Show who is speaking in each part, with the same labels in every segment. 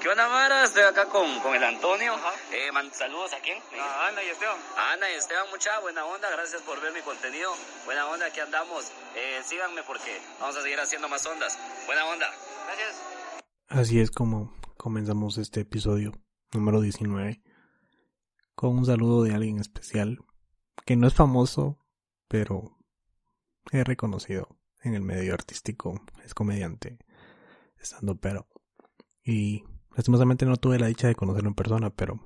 Speaker 1: ¿Qué onda, Mara? Estoy acá con, con el Antonio.
Speaker 2: Ajá.
Speaker 1: Eh, man- saludos a quién? Eh,
Speaker 2: A Ana y Esteban.
Speaker 1: a Ana y Esteban, mucha buena onda. Gracias por ver mi contenido. Buena onda, aquí andamos. Eh, síganme porque vamos a seguir haciendo más ondas. Buena onda.
Speaker 2: Gracias.
Speaker 3: Así es como comenzamos este episodio número 19 con un saludo de alguien especial que no es famoso, pero es reconocido en el medio artístico, es comediante, estando pero. Y lastimosamente no tuve la dicha de conocerlo en persona, pero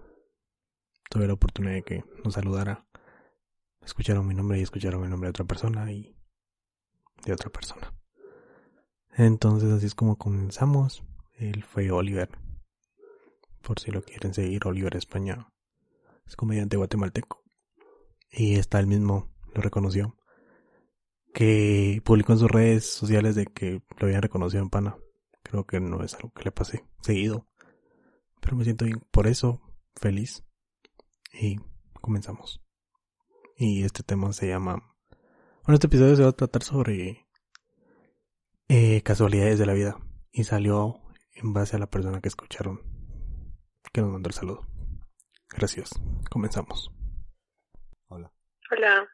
Speaker 3: tuve la oportunidad de que nos saludara. Escucharon mi nombre y escucharon el nombre de otra persona y de otra persona. Entonces así es como comenzamos. Él fue Oliver. Por si lo quieren seguir, Oliver España. Es comediante guatemalteco. Y está él mismo, lo reconoció. Que publicó en sus redes sociales de que lo habían reconocido en Pana. Creo que no es algo que le pase seguido. Pero me siento bien por eso, feliz. Y comenzamos. Y este tema se llama... Bueno, este episodio se va a tratar sobre eh, casualidades de la vida. Y salió en base a la persona que escucharon, que nos mandó el saludo. Gracias. Comenzamos.
Speaker 4: Hola,
Speaker 5: Hola,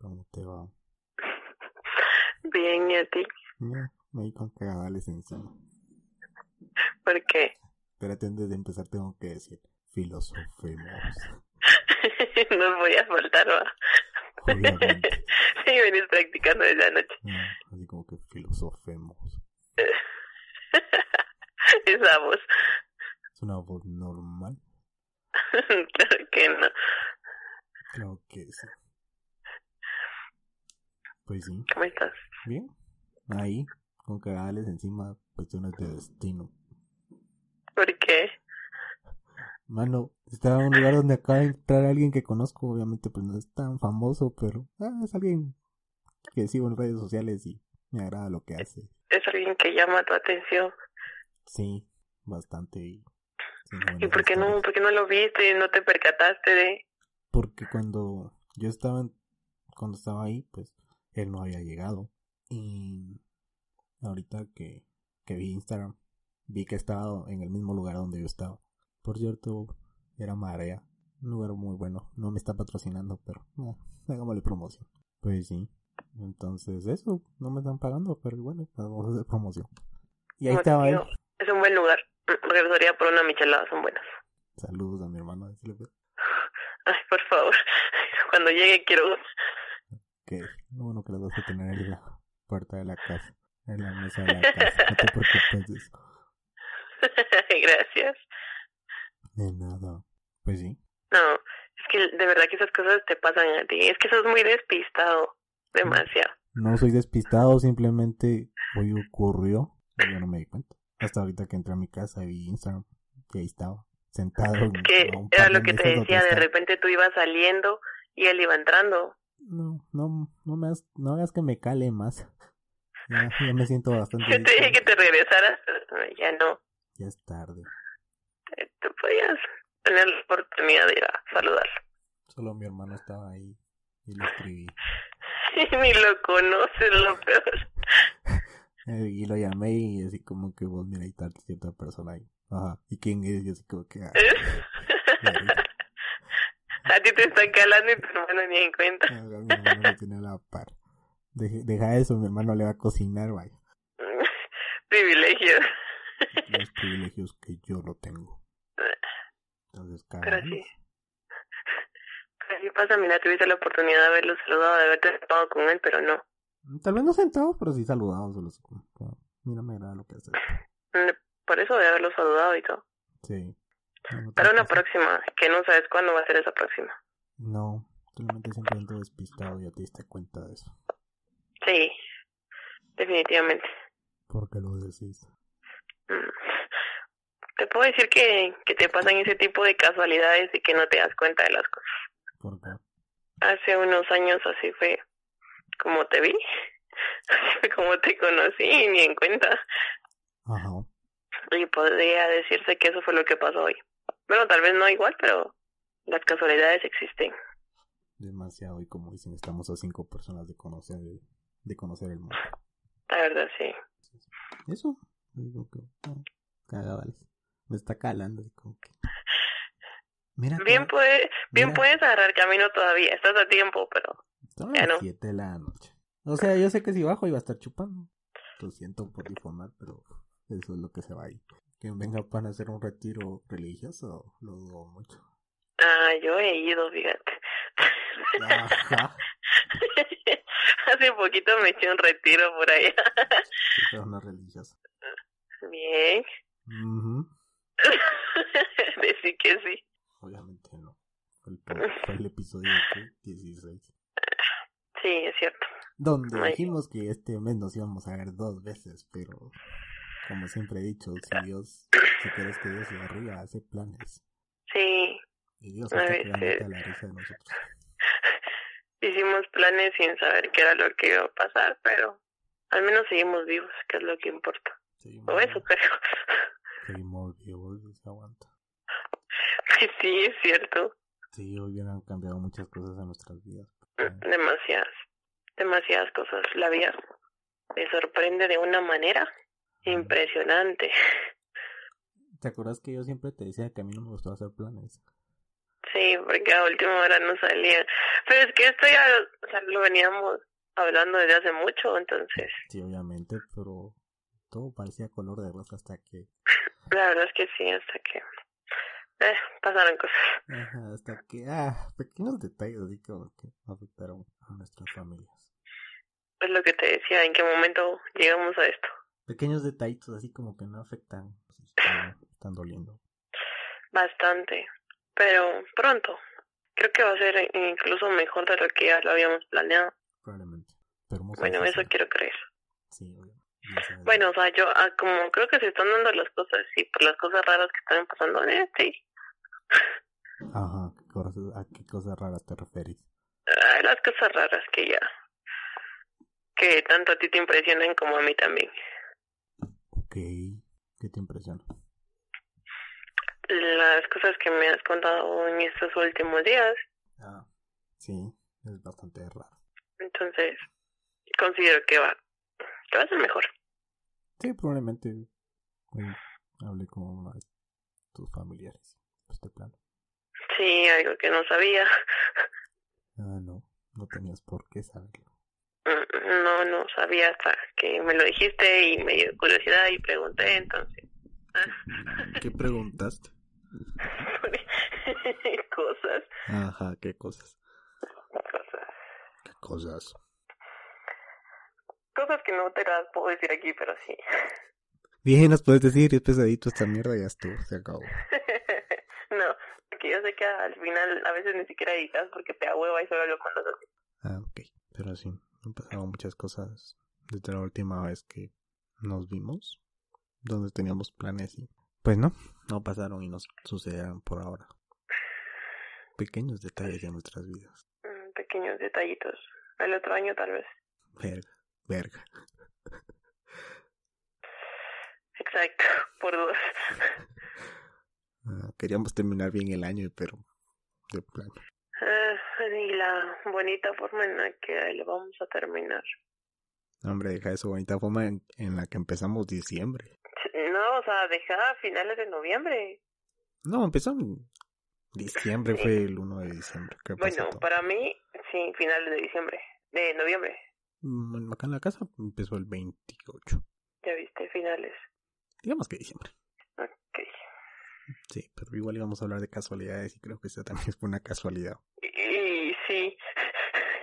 Speaker 4: ¿cómo te va?
Speaker 5: bien, ¿y a ti?
Speaker 4: Mira, me di con cagadales encima.
Speaker 5: ¿Por qué?
Speaker 4: Espérate, antes de empezar tengo que decir, filosofemos.
Speaker 5: Nos voy a faltar, ¿va?
Speaker 4: Obviamente.
Speaker 5: Sí, venís practicando desde anoche.
Speaker 4: ¿no? Así como que filosofemos.
Speaker 5: Esa voz.
Speaker 4: Es una voz normal.
Speaker 5: Claro que no.
Speaker 4: Creo que sí. Pues sí,
Speaker 5: ¿Cómo estás?
Speaker 4: bien. Ahí, con cagadales encima, cuestiones de destino.
Speaker 5: ¿Por qué?
Speaker 4: Mano, estaba en un lugar donde acaba de entrar alguien que conozco, obviamente pues no es tan famoso, pero ah, es alguien que sigo en redes sociales y me agrada lo que hace.
Speaker 5: Es alguien que llama tu atención.
Speaker 4: Sí, bastante. Y, tiene
Speaker 5: ¿Y
Speaker 4: buenas
Speaker 5: por qué no,
Speaker 4: historias.
Speaker 5: por qué no lo viste? ¿No te percataste de...?
Speaker 4: Porque cuando yo estaba, en- cuando estaba ahí, pues él no había llegado. Y ahorita que, que vi Instagram, vi que estaba en el mismo lugar donde yo estaba. Por cierto, era Marea, un lugar muy bueno. No me está patrocinando, pero eh, hagámosle promoción. Pues sí. Entonces eso, no me están pagando, pero bueno, pues, vamos a hacer promoción. Y ahí
Speaker 5: No,
Speaker 4: estaba él.
Speaker 5: no. Es un buen lugar. Mm, Regresaría por una michelada, son buenas.
Speaker 4: Saludos a mi hermano, decirle pues,
Speaker 5: Ay, por favor. Cuando llegue quiero...
Speaker 4: que lo bueno que las vas a tener en la puerta de la casa, en la mesa de la casa, no te preocupes de eso.
Speaker 5: Gracias.
Speaker 4: De nada. Pues sí,
Speaker 5: No, es que de verdad que esas cosas te pasan a ti. Es que sos muy despistado. Demasiado.
Speaker 4: no soy despistado, simplemente hoy ocurrió, y yo no me di cuenta. Hasta ahorita que entré a mi casa vi Instagram, y ahí estaba, sentado. en-
Speaker 5: que
Speaker 4: a un
Speaker 5: era
Speaker 4: panel
Speaker 5: lo que
Speaker 4: de
Speaker 5: te
Speaker 4: esos donde
Speaker 5: decía, de
Speaker 4: está-
Speaker 5: repente tú ibas saliendo y él iba entrando.
Speaker 4: No, no, no me hagas, no hagas que me cale más. Ya, ya me siento bastante.
Speaker 5: Yo te dije que te regresaras, Ay, ya no,
Speaker 4: Ya es tarde.
Speaker 5: Eh, tú podías tener la oportunidad de ir a saludarlo.
Speaker 4: Solo mi hermano estaba ahí y le escribí.
Speaker 5: Y ni lo conoces, lo peor.
Speaker 4: Eh, Y lo llamé y así como que vos mira ahí está cierta persona ahí. Ajá. ¿Y quién es? Y así como que ah,
Speaker 5: ¿Eh? a ti te está calando y tu hermano ni en cuenta.
Speaker 4: ah, mi hermano lo tiene a la par. Deje- deja eso, mi hermano le va a cocinar, vaya.
Speaker 5: Privilegio.
Speaker 4: Los privilegios que yo no tengo. Entonces,
Speaker 5: Pero
Speaker 4: cada
Speaker 5: sí. Pero sí pasa, mira, tuviste la oportunidad de haberlo saludado, de haberte topado con él, pero no.
Speaker 4: Tal vez no sentados, pero sí saludados. solo así como, ah, Mira, me agrada lo que haces.
Speaker 5: Mm, Por eso de haberlo saludado y todo.
Speaker 4: Sí. No, no
Speaker 5: Para
Speaker 4: te
Speaker 5: una
Speaker 4: pasa.
Speaker 5: próxima, que no sabes cuándo va a ser esa próxima.
Speaker 4: No, solamente siempre ando despistado, ya te diste cuenta de eso.
Speaker 5: Sí, definitivamente.
Speaker 4: Porque lo decís.
Speaker 5: Mm. Te puedo decir que, que te pasan ese tipo de casualidades y que no te das cuenta de las cosas.
Speaker 4: Porque
Speaker 5: Hace unos años así fue como te vi, así fue como te conocí, ni en cuenta.
Speaker 4: Ajá.
Speaker 5: Y podría decirse que eso fue lo que pasó hoy. Bueno, tal vez no igual, pero las casualidades existen.
Speaker 4: demasiado y como dicen estamos a cinco personas de conocer el, de conocer el mundo
Speaker 5: La verdad, sí.
Speaker 4: eso digo que ah, cagavales Me está calando. así como que- Mira,
Speaker 5: Bien,
Speaker 4: pues.
Speaker 5: puede, bien
Speaker 4: mira.
Speaker 5: puedes agarrar camino todavía, estás a tiempo, pero
Speaker 4: Son
Speaker 5: ya
Speaker 4: las
Speaker 5: no.
Speaker 4: 7 de la noche. O sea, yo sé que si bajo iba a estar chupando. Lo siento por informar, pero eso es lo que se va ahí. Que venga para hacer un retiro religioso, lo dudo mucho.
Speaker 5: ah, yo he ido, fíjate.
Speaker 4: Ajá.
Speaker 5: Hace poquito me eché un retiro por allá.
Speaker 4: Persona religiosa.
Speaker 5: Bien,
Speaker 4: Ujú.
Speaker 5: decir que sí.
Speaker 4: Obviamente no. Fue el, fue el episodio ¿qué? 16.
Speaker 5: Sí, es cierto.
Speaker 4: Donde
Speaker 5: Ay.
Speaker 4: dijimos que este mes nos íbamos a ver dos veces, pero como siempre he dicho, si Dios, si quieres que Dios se arriba, hace planes.
Speaker 5: Sí,
Speaker 4: Y Dios
Speaker 5: A
Speaker 4: está
Speaker 5: veces.
Speaker 4: claramente a la risa de nosotros.
Speaker 5: hicimos planes sin saber qué era lo que iba a pasar, pero al menos seguimos vivos, que es lo que importa.
Speaker 4: Seguimos,
Speaker 5: O eso creo.
Speaker 4: seguimos vivos y se aguanta.
Speaker 5: Que sí, es cierto.
Speaker 4: Sí, hoy hubieran cambiado muchas cosas en nuestras vidas.
Speaker 5: Demasiadas, demasiadas cosas. La vida me sorprende de una manera impresionante.
Speaker 4: ¿Te acuerdas que yo siempre te decía que a mí no me gustaba hacer planes?
Speaker 5: Sí, porque a última hora no salía. Pero es que esto ya o sea, lo veníamos hablando desde hace mucho, entonces
Speaker 4: Sí, obviamente, pero todo parecía color de rosa hasta que
Speaker 5: la verdad es que sí, hasta que eh, pasaron cosas.
Speaker 4: Ajá, hasta que, ah, pequeños detalles así como que afectaron a nuestras familias.
Speaker 5: Es lo que te decía, en qué momento llegamos a esto.
Speaker 4: Pequeños detallitos así como que no afectan, pues, están, están doliendo.
Speaker 5: Bastante, pero pronto. Creo que va a ser incluso mejor de lo que ya lo habíamos planeado.
Speaker 4: Probablemente. Pero vamos a
Speaker 5: Bueno,
Speaker 4: ver si
Speaker 5: eso
Speaker 4: sí.
Speaker 5: quiero creer.
Speaker 4: Sí, obvio. Ya sabes.
Speaker 5: Bueno, o sea, yo ah, como creo que se están dando las cosas, sí, por las cosas raras que están pasando, eh, sí.
Speaker 4: Ajá, ¿qué cosas- ¿a qué cosas raras te refieres?
Speaker 5: Ah, las cosas raras que ya. que tanto a ti te impresionan como a mí también.
Speaker 4: Ok, ¿qué te impresiona?
Speaker 5: Las cosas que me has contado en estos últimos días,
Speaker 4: Ah, sí, es bastante raro.
Speaker 5: entonces considero que va, que va a ser mejor.
Speaker 4: Sí, probablemente hoy hablé con uno de tus familiares. Pues te plano.
Speaker 5: Sí, algo que no sabía.
Speaker 4: Ah, no, no tenías por qué saberlo.
Speaker 5: Mm, No, no sabía hasta que me lo dijiste y me dio curiosidad y pregunté, entonces.
Speaker 3: ¿Qué preguntaste?
Speaker 5: cosas,
Speaker 3: Ajá, qué cosas.
Speaker 5: cosas.
Speaker 3: Qué cosas.
Speaker 5: Cosas que no te las puedo decir aquí, pero sí.
Speaker 3: Bien, las puedes decir, es pesadito esta mierda, ya estuvo, se acabó.
Speaker 5: no, porque yo sé que al final a veces ni siquiera editas porque te da hueva y solo lo mandas así.
Speaker 3: Ah, ok. Pero sí, han pasado muchas cosas desde la última vez que nos vimos, donde teníamos planes y... Pues no, no pasaron y nos sucedieron por ahora. Pequeños detalles de nuestras vidas.
Speaker 5: Mm, Pequeños detallitos. El otro año tal vez.
Speaker 3: Verga, verga.
Speaker 5: Exacto, por dos.
Speaker 3: Ah, queríamos terminar bien el año, pero de plano.
Speaker 5: Ah, y la bonita forma en la que lo vamos a terminar.
Speaker 3: Hombre, deja eso, bonita forma en, en la que empezamos diciembre.
Speaker 5: No, o sea, deja a finales de noviembre.
Speaker 3: No, empezó en diciembre,
Speaker 5: Sí.
Speaker 3: fue el 1 de diciembre. que empezó
Speaker 5: Bueno,
Speaker 3: todo.
Speaker 5: para mí, sí, finales de diciembre. De noviembre,
Speaker 3: Mm, Acá en la casa empezó el 28.
Speaker 5: ya viste, finales.
Speaker 3: Digamos que diciembre.
Speaker 5: Ok.
Speaker 3: Sí, pero igual íbamos a hablar de casualidades y creo que esta también fue una casualidad.
Speaker 5: Y, y sí,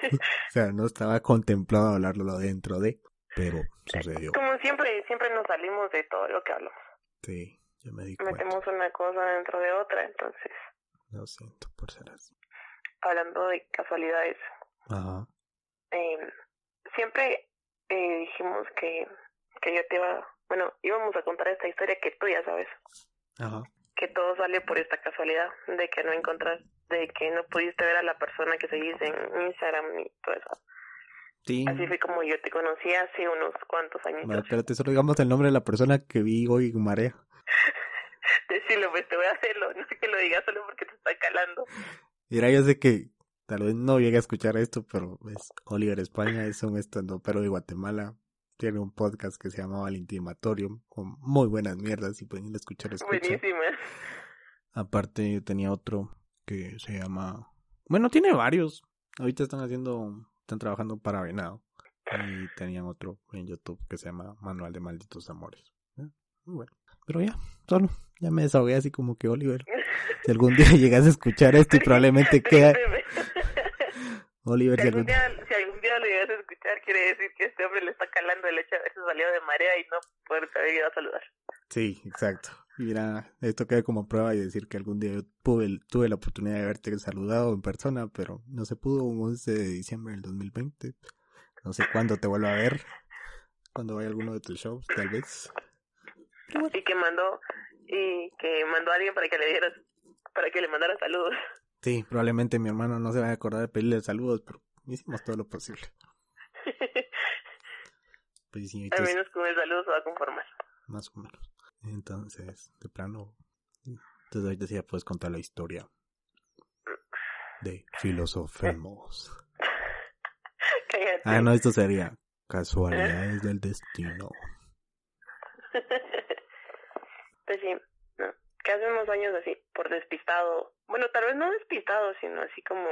Speaker 3: O sea, no estaba contemplado hablarlo dentro de, pero sucedió.
Speaker 5: como siempre, siempre nos salimos de todo lo que hablamos.
Speaker 3: Sí, yo me di cuenta.
Speaker 5: metemos una cosa dentro de otra, entonces,
Speaker 3: Lo siento por ser así.
Speaker 5: hablando de casualidades,
Speaker 3: Ajá.
Speaker 5: eh, siempre eh, dijimos que, que yo te iba, bueno, íbamos a contar esta historia que tú ya sabes,
Speaker 3: Ajá.
Speaker 5: que todo sale por esta casualidad de que no encontraste, de que no pudiste ver a la persona que seguís en Instagram y todo eso.
Speaker 3: Sí.
Speaker 5: Así fue como yo te conocí hace unos cuantos
Speaker 3: Bueno,
Speaker 5: añitos.
Speaker 3: espérate, solo digamos el nombre de la persona que vi hoy en marea.
Speaker 5: Decirlo, pues te voy a hacerlo, no que lo digas solo porque te está calando.
Speaker 3: Mira, yo sé que tal vez no llegue a escuchar esto, pero es Oliver España, es un estando pero de Guatemala. tiene un podcast que se llama Valentimatorium, con muy buenas mierdas, y pueden ir a escuchar escucha.
Speaker 5: Buenísimas.
Speaker 3: Aparte tenía otro que se llama... Bueno, tiene varios. Ahorita están haciendo, están trabajando para Venado. Y tenían otro en YouTube que se llama Manual de Malditos Amores. ¿Eh? Muy bueno. Pero ya, solo, ya me desahogué así como que Oliver. Si algún día llegas a escuchar esto y probablemente queda... Oliver,
Speaker 5: Si
Speaker 3: si
Speaker 5: algún,
Speaker 3: algún-
Speaker 5: día, si algún día lo llegas a escuchar, quiere decir que este hombre le está calando el hecho de haberse salido de marea y no poder haber ido a saludar.
Speaker 3: Sí, exacto. Y Mira, esto queda como prueba y decir que algún día yo tuve, tuve la oportunidad de haberte saludado en persona, pero no se pudo un 11 de diciembre del 2020. No sé cuándo te vuelvo a ver, cuando vaya a alguno de tus shows, tal vez.
Speaker 5: Y que mandó, y que mandó a alguien para que le diera, para que le mandara saludos.
Speaker 3: Sí, probablemente mi hermano no se vaya a acordar de pedirle saludos, pero hicimos todo lo posible. Pues sí,
Speaker 5: Al
Speaker 3: entonces,
Speaker 5: menos con el saludo se va a conformar.
Speaker 3: más o menos. Entonces, de plano, entonces ahorita sí ya puedes contar la historia de Filosofemos.
Speaker 5: Cállate.
Speaker 3: Ah, no, esto sería casualidades del destino.
Speaker 5: Pues sí, no. Que hace unos años así, por despistado. Bueno, tal vez no despistado, sino así como.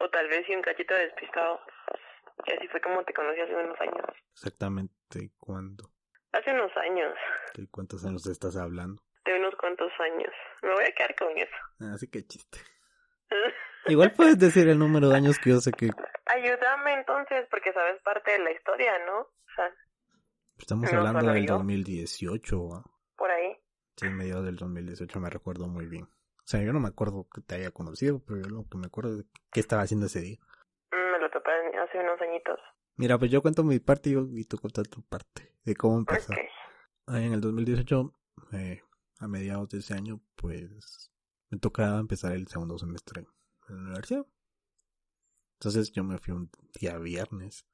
Speaker 5: O tal vez sí un cachito de despistado. Y así fue como te conocí hace unos años.
Speaker 3: Exactamente cuándo,
Speaker 5: Hace unos años,
Speaker 3: de cuántos años estás hablando.
Speaker 5: de unos cuantos años. Me voy a quedar con eso.
Speaker 3: Así que chiste. Igual puedes decir el número de años que yo sé que
Speaker 5: Ayúdame entonces, porque sabes parte de la historia, ¿no? O sea,
Speaker 3: estamos
Speaker 5: No,
Speaker 3: hablando
Speaker 5: solo
Speaker 3: del
Speaker 5: yo.
Speaker 3: 2018. ¿va?
Speaker 5: por ahí.
Speaker 3: ¿ah? Sí, mediados del 2018 me recuerdo muy bien. O sea, yo no me acuerdo que te haya conocido, pero yo lo que me acuerdo es qué estaba haciendo ese día.
Speaker 5: Mm, Me lo topé hace unos añitos.
Speaker 3: Mira, pues yo cuento mi parte y, yo- y tú cuentas tu parte de cómo empezó.
Speaker 5: Ok.
Speaker 3: Ah, En el 2018, eh, a mediados de ese año, pues me tocaba empezar el segundo semestre en la universidad. Entonces yo me fui un día viernes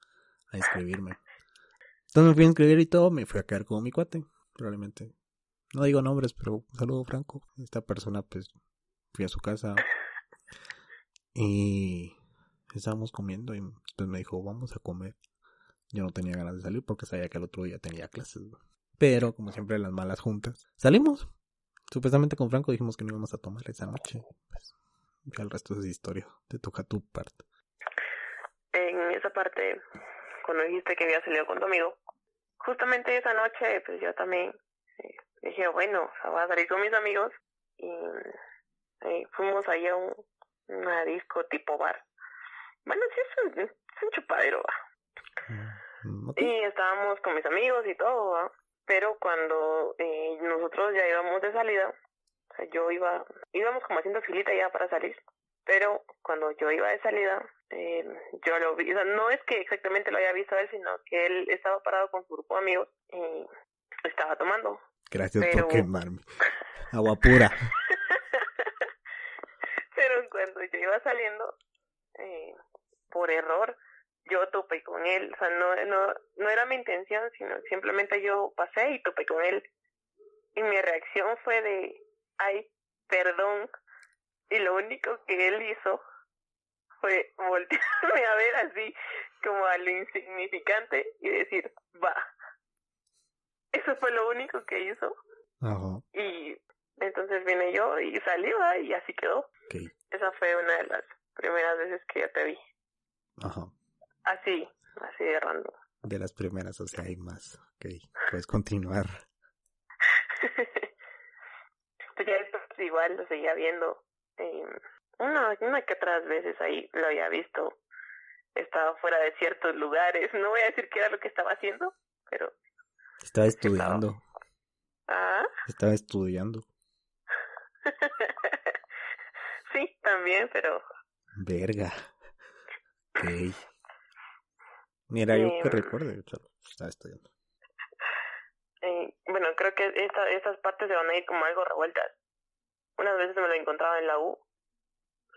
Speaker 3: a inscribirme. Entonces me fui a inscribir y todo, me fui a quedar con mi cuate, probablemente. No digo nombres, pero un saludo franco. Esta persona, pues, fui a su casa y estábamos comiendo y entonces me dijo, vamos a comer. Yo no tenía ganas de salir porque sabía que el otro día tenía clases. ¿no? Pero, como siempre, las malas juntas. Salimos. Supuestamente con Franco dijimos que no íbamos a tomar esa noche. Pues, ya el resto es historia. Te toca tu parte.
Speaker 5: en esa parte, cuando dijiste que había salido con tu amigo, justamente esa noche, pues yo también eh, dije, bueno, o sea, voy a salir con mis amigos y eh, fuimos ahí a un, una disco tipo bar. Bueno, sí, es un, es un chupadero, va.
Speaker 3: Mm, ok.
Speaker 5: Y estábamos con mis amigos y todo, ¿va? pero cuando eh, nosotros ya íbamos de salida, o sea, yo iba, íbamos como haciendo filita ya para salir, pero cuando yo iba de salida, eh, yo lo vi, o sea, no es que exactamente lo haya visto él, sino que él estaba parado con su grupo de amigos y estaba tomando.
Speaker 3: Gracias
Speaker 5: pero-
Speaker 3: por quemarme. Agua pura.
Speaker 5: Pero cuando yo iba saliendo, eh, por error, yo topé con él. O sea, no, no, no era mi intención, sino simplemente yo pasé y topé con él. Y mi reacción fue de, ay, perdón. Y lo único que él hizo fue voltearme a ver así, como a lo insignificante, y decir, va. Eso fue lo único que hizo.
Speaker 3: Ajá.
Speaker 5: Y entonces vine yo y salí, ¿va? y así quedó.
Speaker 3: Ok.
Speaker 5: Esa fue una de las primeras veces que yo te vi.
Speaker 3: Ajá.
Speaker 5: Así, así de random.
Speaker 3: De las primeras, o sea, hay más. Ok. Puedes continuar.
Speaker 5: Pues ya después igual lo seguía viendo. eh, una, una que otras veces ahí lo había visto. Estaba fuera de ciertos lugares. No voy a decir qué era lo que estaba haciendo, pero...
Speaker 3: Estaba estudiando.
Speaker 5: Ah,
Speaker 3: Estaba estudiando.
Speaker 5: sí, también, pero...
Speaker 3: Verga. Ok. Mira, yo que
Speaker 5: Em.
Speaker 3: recuerde. o sea, Estaba estudiando.
Speaker 5: Eh, bueno, creo que esta, estas partes se van a ir como algo revueltas. Unas veces me lo encontraba en la U. O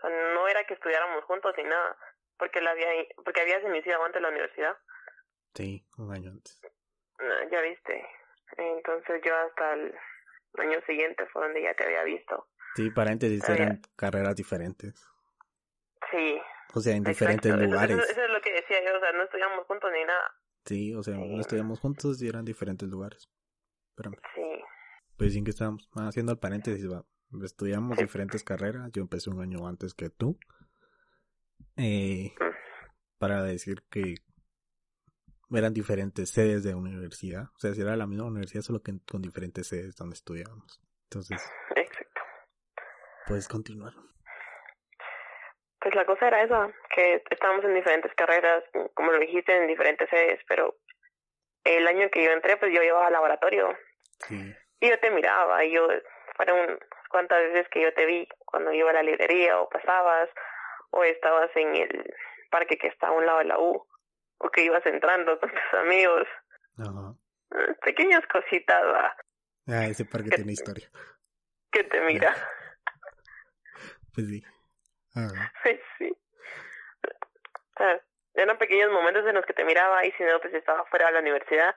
Speaker 5: sea, no era que estudiáramos juntos ni nada, porque la había, porque habías iniciado antes la universidad.
Speaker 3: Sí, un año antes.
Speaker 5: No, ya viste. Entonces yo hasta el año siguiente fue donde ya te había visto.
Speaker 3: Sí, paréntesis,
Speaker 5: Ah, ya.
Speaker 3: eran carreras diferentes.
Speaker 5: Sí.
Speaker 3: O sea, en diferentes
Speaker 5: exacto. Eso-
Speaker 3: lugares.
Speaker 5: Eso, eso es lo que decía yo, o sea, no estudiamos juntos ni nada.
Speaker 3: Sí, o sea, no estudiamos juntos y eran diferentes lugares. Pero,
Speaker 5: Sí,
Speaker 3: pues sin que estábamos ah, haciendo el paréntesis, va. Estudiamos diferentes carreras. Yo empecé un año antes que tú. Eh,
Speaker 5: Ah.
Speaker 3: para decir que eran diferentes sedes de universidad. O sea, si era la misma universidad, solo que con diferentes sedes donde estudiábamos. Entonces,
Speaker 5: exacto.
Speaker 3: puedes continuar.
Speaker 5: Pues la cosa era esa, que estábamos en diferentes carreras, como lo dijiste, en diferentes sedes, pero el año que yo entré, pues yo llevaba laboratorio
Speaker 3: Sí,
Speaker 5: y yo te miraba y yo, fueron cuántas veces que yo te vi cuando iba a la librería o pasabas o estabas en el parque que está a un lado de la U o que ibas entrando con tus amigos,
Speaker 3: ajá.
Speaker 5: Eh, pequeñas cositas ¿va?
Speaker 3: Ah, ese parque tiene historia.
Speaker 5: que te mira.
Speaker 3: Pues sí. Ajá.
Speaker 5: Ay, sí. O sea, eran pequeños momentos en los que te miraba y si no, pues estaba fuera de la universidad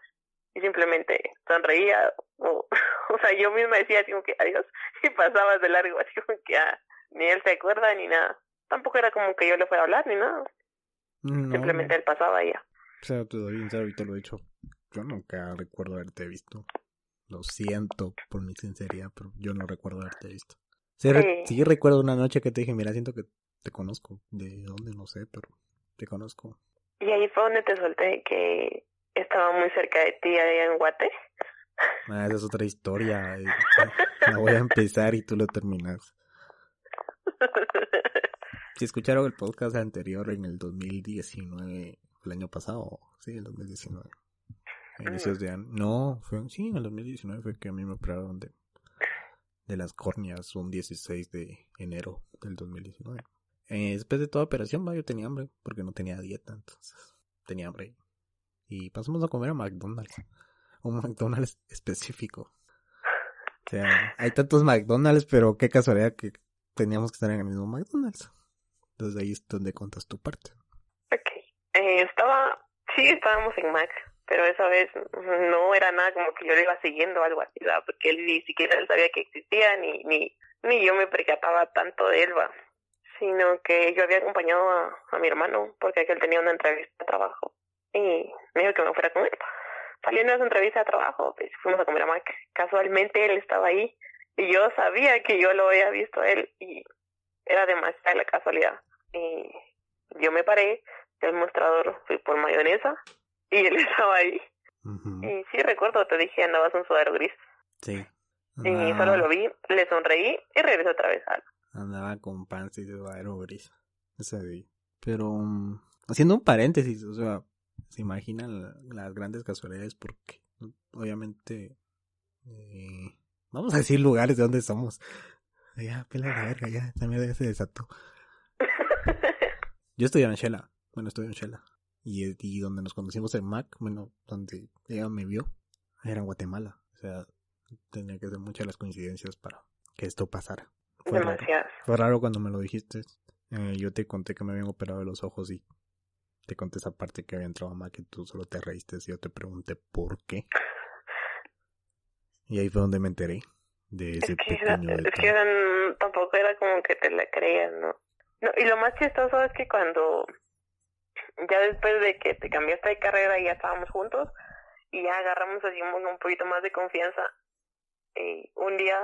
Speaker 5: y simplemente sonreía. O, o sea, yo misma decía así como que adiós y pasabas de largo, así como que ah, ni él se acuerda ni nada. Tampoco era como que yo le fuera a hablar ni nada,
Speaker 3: No,
Speaker 5: simplemente él pasaba y ya.
Speaker 3: O sea, te doy un ahorita lo he dicho. Yo nunca recuerdo haberte visto. Lo siento por mi sinceridad, pero yo no recuerdo haberte visto. Sí, re-
Speaker 5: Sí.
Speaker 3: sí recuerdo una noche que te dije, mira, siento que te conozco. De dónde, no sé, pero te conozco.
Speaker 5: Y ahí fue donde te solté que estaba muy cerca de ti allá en Guate.
Speaker 3: Ah, esa es otra historia. eh, La voy a empezar y tú lo terminas. Si escucharon el podcast anterior en el 2019, el año pasado, sí, el 2019. A inicios de año. No, fue, sí, en el 2019 fue que a mí me operaron de, de las córneas un 16 de enero del 2019. Eh, después de toda operación, va, yo tenía hambre, porque no tenía dieta, entonces tenía hambre. Y pasamos a comer a McDonald's. Un McDonald's específico. O sea, hay tantos McDonald's, pero qué casualidad que teníamos que estar en el mismo McDonald's. Entonces ahí es donde contas tu parte.
Speaker 5: Ok. Eh, estaba, sí, estábamos en Mac, pero esa vez no era nada como que yo le iba siguiendo o algo así, ¿verdad? porque él ni siquiera él sabía que existía, ni, ni, ni yo me percataba tanto de él, ¿va? sino que yo había acompañado a, a mi hermano, porque aquel tenía una entrevista de trabajo, y me dijo que me fuera con él. Saliendo de esa entrevista de trabajo, pues fuimos a comer a Mac. Casualmente él estaba ahí, y yo sabía que yo lo había visto a él, y era demasiada la casualidad. Y yo me paré, del mostrador fui por mayonesa y él estaba ahí. Y sí, recuerdo, te dije, andabas un sudadero gris.
Speaker 3: Sí.
Speaker 5: Y
Speaker 3: Ah.
Speaker 5: solo lo vi, le sonreí y regresé otra vez. a-
Speaker 3: Andaba con pants y sudadero gris. Ese día. Pero, um, haciendo un paréntesis, o sea, se imaginan la- las grandes casualidades porque, obviamente, eh, vamos a decir lugares de donde somos. Ya, pela la verga, ya, esta mierda ya se desató. Yo estudié en Shela. Bueno, estudié en Shela. Y, es- y donde nos conocimos en Mac, bueno, donde ella me vio, era en Guatemala. O sea, tenía que ser muchas las coincidencias para que esto pasara. Fue raro.
Speaker 5: Demasiadas.
Speaker 3: Fue raro cuando me lo dijiste. Eh, yo te conté que me habían operado de los ojos y te conté esa parte que había entrado a Mac y tú solo te reíste y yo te pregunté por qué. Y ahí fue donde me enteré de ese
Speaker 5: Es que, era-
Speaker 3: pequeño
Speaker 5: es que
Speaker 3: detalle.
Speaker 5: eran- tampoco era como que te la creías, ¿no? No, y lo más chistoso es que cuando ya después de que te cambiaste de carrera y ya estábamos juntos y ya agarramos así un, un poquito más de confianza, y un día,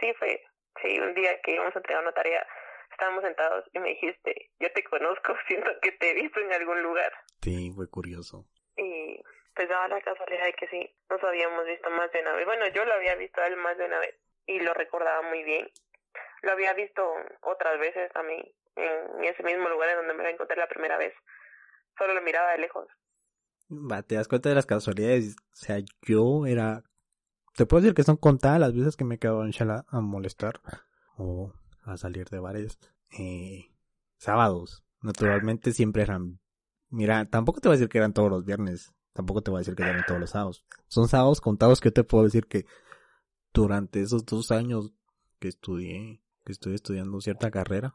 Speaker 5: sí fue, sí, un día que íbamos a entregar una tarea, estábamos sentados y me dijiste, yo te conozco, siento que te he visto en algún lugar.
Speaker 3: Sí, fue curioso.
Speaker 5: Y pues daba la casualidad de que sí, nos habíamos visto más de una vez. Bueno, yo lo había visto a él más de una vez y lo recordaba muy bien. Lo había visto otras veces a mí, en ese mismo lugar en donde me lo encontré la primera vez. Solo lo miraba de lejos.
Speaker 3: Va, te das cuenta de las casualidades. O sea, yo era. Te puedo decir que son contadas las veces que me he quedado en Shala a molestar o a salir de bares. Eh, sábados, naturalmente, siempre eran. Mira, tampoco te voy a decir que eran todos los viernes. Tampoco te voy a decir que eran todos los sábados. Son sábados contados que yo te puedo decir que durante esos dos años que estudié, que estuve estudiando cierta carrera,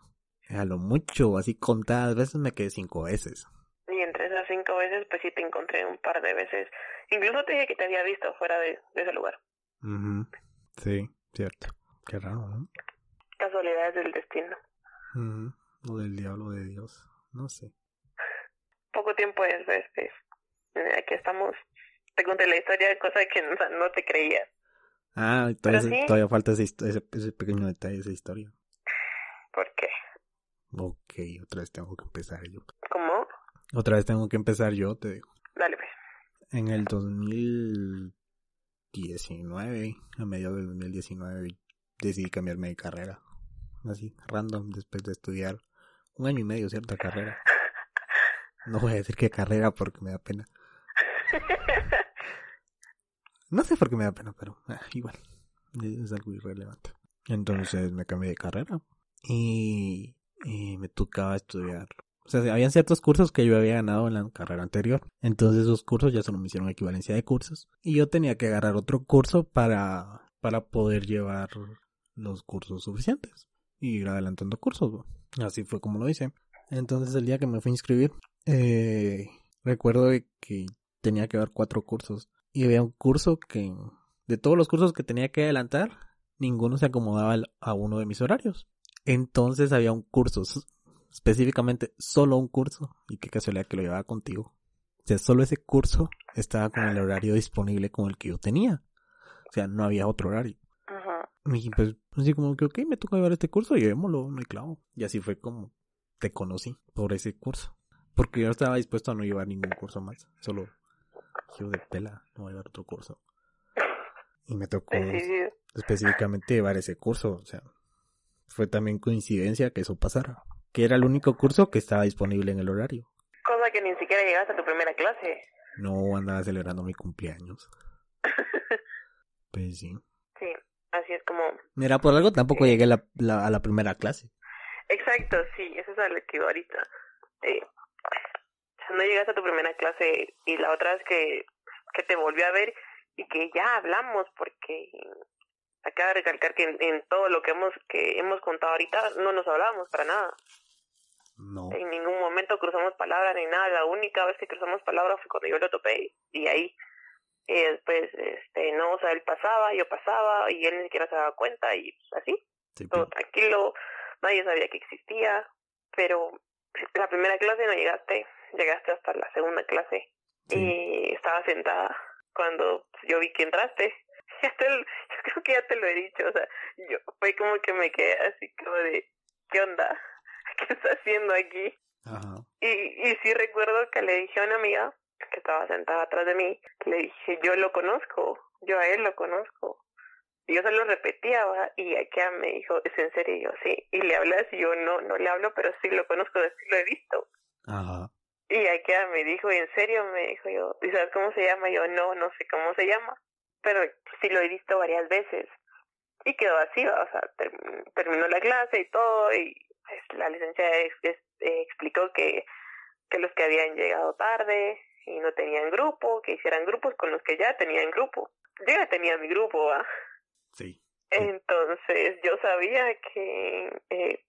Speaker 3: a lo mucho, así contadas veces me quedé cinco veces.
Speaker 5: Y entre esas cinco veces, pues sí te encontré un par de veces. Incluso te dije que te había visto fuera de, de ese lugar.
Speaker 3: Ujú. Sí, cierto. Qué raro, ¿no?
Speaker 5: Casualidades del destino.
Speaker 3: Ujú. Lo del diablo de Dios. No sé.
Speaker 5: Poco tiempo después, pues, aquí estamos. Te conté la historia de cosas que o sea, no te creías.
Speaker 3: Ah, todavía,
Speaker 5: Pero
Speaker 3: se-
Speaker 5: sí.
Speaker 3: todavía falta ese, hist- ese, ese pequeño detalle, esa historia.
Speaker 5: ¿Por qué?
Speaker 3: Ok, otra vez tengo que empezar yo.
Speaker 5: ¿Cómo?
Speaker 3: Otra vez tengo que empezar yo, te digo.
Speaker 5: Dale, pues.
Speaker 3: En el 2019, a mediados del 2019, decidí cambiarme de carrera. Así, random, después de estudiar un año y medio cierta carrera. No voy a decir qué carrera porque me da pena. No sé por qué me da pena, pero ah, igual. e-, Es es algo irrelevante. Entonces me cambié de carrera y, y me tocaba estudiar. O sea, habían ciertos cursos que yo había ganado en la carrera anterior. Entonces esos cursos ya solo me hicieron equivalencia de cursos. Y yo tenía que agarrar otro curso para, para poder llevar los cursos suficientes. Y ir adelantando cursos. ¿no? Así fue como lo hice. Entonces el día que me fui a inscribir, eh, recuerdo de que tenía que dar cuatro cursos. Y había un curso que, de todos los cursos que tenía que adelantar, ninguno se acomodaba al- a uno de mis horarios. Entonces había un curso, s- específicamente solo un curso, y qué casualidad que lo llevaba contigo. O sea, solo ese curso estaba con el horario disponible con el que yo tenía. O sea, no había otro horario.
Speaker 5: Ajá.
Speaker 3: Y pues, así como que, ok, me toca llevar este curso, llevémoslo, no hay clavo. Y así fue como te conocí por ese curso. Porque yo estaba dispuesto a no llevar ningún curso más. Solo, yo de pela, no voy a llevar otro curso. Y me tocó
Speaker 5: Decidido.
Speaker 3: específicamente llevar ese curso. O sea, fue también coincidencia que eso pasara. Que era el único curso que estaba disponible en el horario.
Speaker 5: Cosa que ni siquiera llegaste a tu primera clase.
Speaker 3: No andaba celebrando mi cumpleaños. Pues sí.
Speaker 5: Sí, así es como...
Speaker 3: Mira, por algo tampoco llegué a la- la- a la primera clase.
Speaker 5: Exacto, sí, eso es a lo que iba ahorita. Eh, no llegaste a tu primera clase y la otra es que, que te volvió a ver y que ya hablamos porque acaba de recalcar que en, en todo lo que hemos que hemos contado ahorita no nos hablábamos para nada.
Speaker 3: No.
Speaker 5: En ningún momento cruzamos palabras ni nada. La única vez que cruzamos palabras fue cuando yo lo topé y ahí. Y después, este, no, o sea, él pasaba, yo pasaba y él ni siquiera se daba cuenta y así
Speaker 3: Sí, pues.
Speaker 5: todo tranquilo, nadie sabía que existía, pero la primera clase no llegaste, llegaste hasta la segunda clase
Speaker 3: Sí.
Speaker 5: y estaba sentada cuando yo vi que entraste. Ya te lo- yo creo que ya te lo he dicho, o sea, yo fue como que me quedé así como de, ¿qué onda? ¿Qué está haciendo aquí?
Speaker 3: Ajá.
Speaker 5: Y, y sí recuerdo que le dije a una amiga que estaba sentada atrás de mí, le dije, yo lo conozco, yo a él lo conozco. Y yo se lo repetía, ¿va? y aquella me dijo, ¿es en serio? Y yo, sí. Y le hablas, y yo, no, no le hablo, pero sí lo conozco, sí lo he visto.
Speaker 3: Ajá.
Speaker 5: Y aquella me dijo, ¿en serio? Me dijo yo, ¿y sabes cómo se llama? Y yo, no, no sé cómo se llama, pero sí lo he visto varias veces. Y quedó así, ¿va? o sea, ter- terminó la clase y todo, y pues, la licenciada ex- ex- eh, explicó que, que los que habían llegado tarde y no tenían grupo, que hicieran grupos con los que ya tenían grupo. Yo ya tenía mi grupo, ¿va?
Speaker 3: Sí.
Speaker 5: Entonces yo sabía que eh,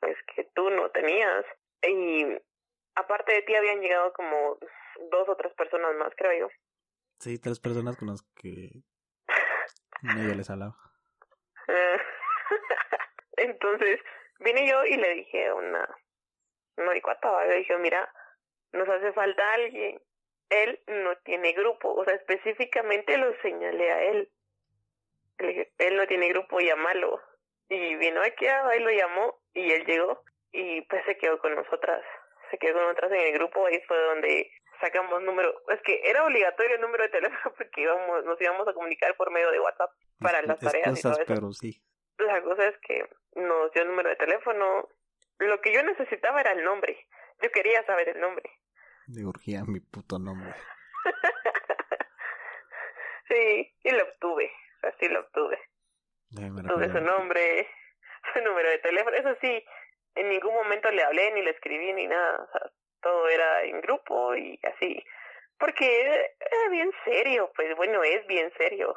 Speaker 5: pues que tú no tenías y aparte de ti habían llegado como dos o tres personas más, creo yo.
Speaker 3: Sí, tres personas con las que medio les hablaba.
Speaker 5: Eh, Entonces vine yo y le dije a una maricuata, ¿va? le dije, mira, nos hace falta alguien. Él no tiene grupo, o sea, específicamente lo señalé a él. Le dije, él no tiene grupo, llámalo. Y vino aquí, ahí lo llamó y él llegó y pues se quedó con nosotras. Se quedó con nosotras en el grupo, ahí fue donde sacamos número. Es que era obligatorio el número de teléfono porque íbamos, nos íbamos a comunicar por medio de WhatsApp para las
Speaker 3: Es
Speaker 5: tareas y todo
Speaker 3: cosas,
Speaker 5: eso
Speaker 3: pero sí.
Speaker 5: la cosa es que nos dio el número de teléfono. Lo que yo necesitaba era el nombre. Yo quería saber el nombre.
Speaker 3: De urgía mi puto nombre.
Speaker 5: Sí, y lo obtuve. Así lo obtuve.
Speaker 3: Ya me
Speaker 5: Obtuve su
Speaker 3: recuerdo.
Speaker 5: nombre, su número de teléfono. Eso sí, en ningún momento le hablé, ni le escribí, ni nada. O sea, todo era en grupo y así. Porque era bien serio, pues bueno, es bien serio.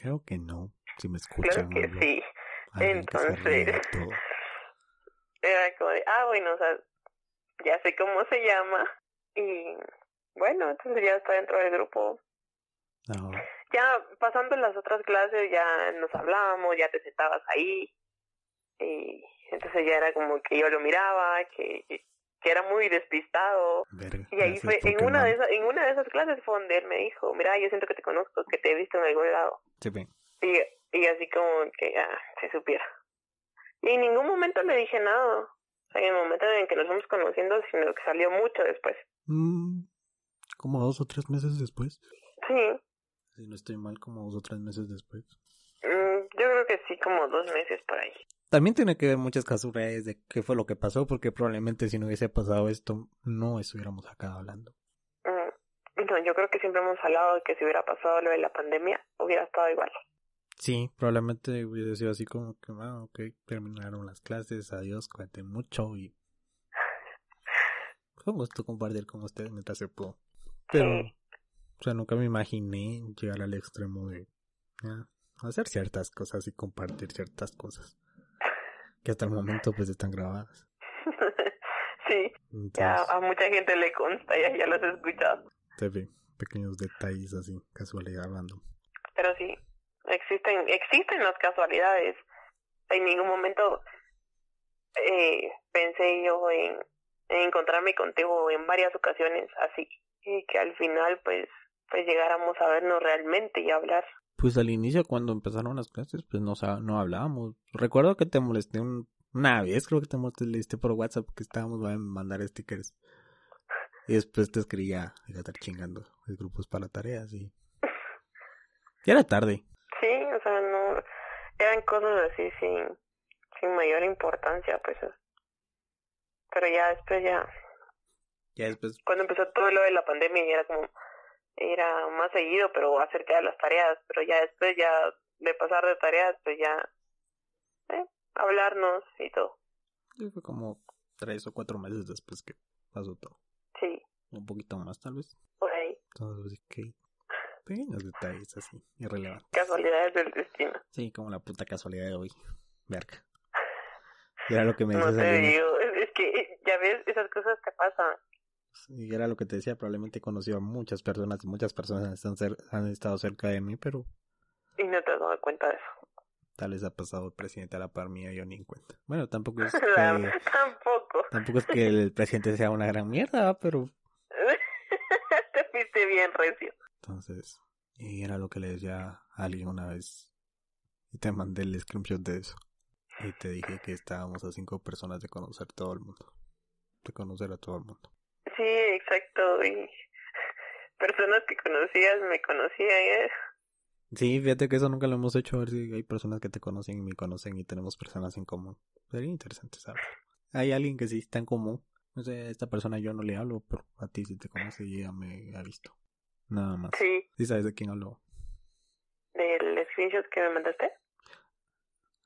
Speaker 3: Creo que no. Si me escuchan.
Speaker 5: Claro que
Speaker 3: hablo.
Speaker 5: sí.
Speaker 3: Alguien que se
Speaker 5: Entonces-
Speaker 3: ríe de todo.
Speaker 5: era como de, ah, bueno, o sea, ya sé cómo se llama. Y bueno, entonces ya está dentro del grupo.
Speaker 3: Ajá.
Speaker 5: Ya pasando las otras clases, ya nos hablábamos, ya te sentabas ahí. Y entonces ya era como que yo lo miraba, que que era muy despistado.
Speaker 3: Verga,
Speaker 5: Y ahí
Speaker 3: gracias
Speaker 5: fue,
Speaker 3: por
Speaker 5: en una, de
Speaker 3: calmarme.
Speaker 5: esas, en una de esas clases fue donde él me dijo, mira, yo siento que te conozco, que te he visto en algún lado.
Speaker 3: Sí, ven.
Speaker 5: Y, y así como que ah, se supiera. Y en ningún momento le dije nada. O sea, en el momento en que nos fuimos conociendo, sino que salió mucho después.
Speaker 3: Mm, como dos o tres meses después.
Speaker 5: Sí,
Speaker 3: Si no estoy mal, como dos o tres meses después.
Speaker 5: mm, yo creo que sí, como dos meses por ahí.
Speaker 3: También tiene que ver muchas casualidades de qué fue lo que pasó, porque probablemente si no hubiese pasado esto, no estuviéramos acá hablando.
Speaker 5: Mm, No, yo creo que siempre hemos hablado de que si hubiera pasado lo de la pandemia, hubiera estado igual.
Speaker 3: Sí, probablemente hubiese sido así como que, ah, ok, terminaron las clases, adiós, cuídate mucho y... Fue un gusto compartir con ustedes mientras se pudo. Pero,
Speaker 5: Sí.
Speaker 3: o sea, nunca me imaginé llegar al extremo de ah, hacer ciertas cosas y compartir ciertas cosas que hasta el momento pues están grabadas.
Speaker 5: sí, ya ah.
Speaker 3: Entonces,
Speaker 5: a mucha gente le consta, ya, ya los he escuchado.
Speaker 3: te ve pequeños detalles así, casualidad random.
Speaker 5: Pero sí, existen, existen las casualidades. En ningún momento eh, pensé yo en, en encontrarme contigo en varias ocasiones así. Y que al final, pues, pues llegáramos a vernos realmente y hablar.
Speaker 3: Pues al inicio, cuando empezaron las clases, pues no, sa- no hablábamos. Recuerdo que te molesté un- una vez, creo que te molesté por WhatsApp que estábamos a mandar stickers. Y después te escribía, iba a estar chingando los grupos para tareas y... Ya era tarde.
Speaker 5: Sí, o sea, no. Eran cosas así sin, sin mayor importancia, pues. Pero ya después, ya.
Speaker 3: Ya después,
Speaker 5: Cuando empezó todo lo de la pandemia, ya era como. Era más seguido, pero acerca de las tareas. Pero ya después, ya. De pasar de tareas, pues ya. eh, hablarnos y todo.
Speaker 3: creo que fue como tres o cuatro meses después que pasó todo.
Speaker 5: Sí,
Speaker 3: Un poquito más, tal vez.
Speaker 5: por ahí.
Speaker 3: Entonces, sí que pequeños detalles así, irrelevantes.
Speaker 5: Casualidades del destino.
Speaker 3: Sí, como la puta casualidad de hoy. Verga. Y era lo que me
Speaker 5: No
Speaker 3: decías
Speaker 5: te
Speaker 3: ayer.
Speaker 5: digo. Es es que, ya ves, esas cosas te pasan.
Speaker 3: Y era lo que te decía, probablemente he conocido a muchas personas, y muchas personas están cer- han estado cerca de mí, pero
Speaker 5: Y no te has dado cuenta de eso.
Speaker 3: tal vez ha pasado el presidente a la par mía, yo ni en cuenta. Bueno, tampoco es
Speaker 5: O sea,
Speaker 3: que,
Speaker 5: Tampoco.
Speaker 3: tampoco es que el presidente sea una gran mierda, ¿va? pero
Speaker 5: Te fuiste bien recio.
Speaker 3: entonces, y era lo que le decía a alguien una vez, y te mandé el screenshot de eso, y te dije que estábamos a cinco personas de conocer todo el mundo, de conocer a todo el mundo.
Speaker 5: Sí, exacto. Y personas que conocías me conocían. ¿eh?
Speaker 3: Sí, fíjate que eso nunca lo hemos hecho, a ver si hay personas que te conocen y me conocen y tenemos personas en común. Sería interesante saber. Hay alguien que sí está en común. No sé, a esta persona yo no le hablo, pero a ti sí te conoce y ella me ha visto. Nada más.
Speaker 5: Sí,
Speaker 3: ¿Sí sabes de quién hablo?
Speaker 5: del screenshot que me mandaste.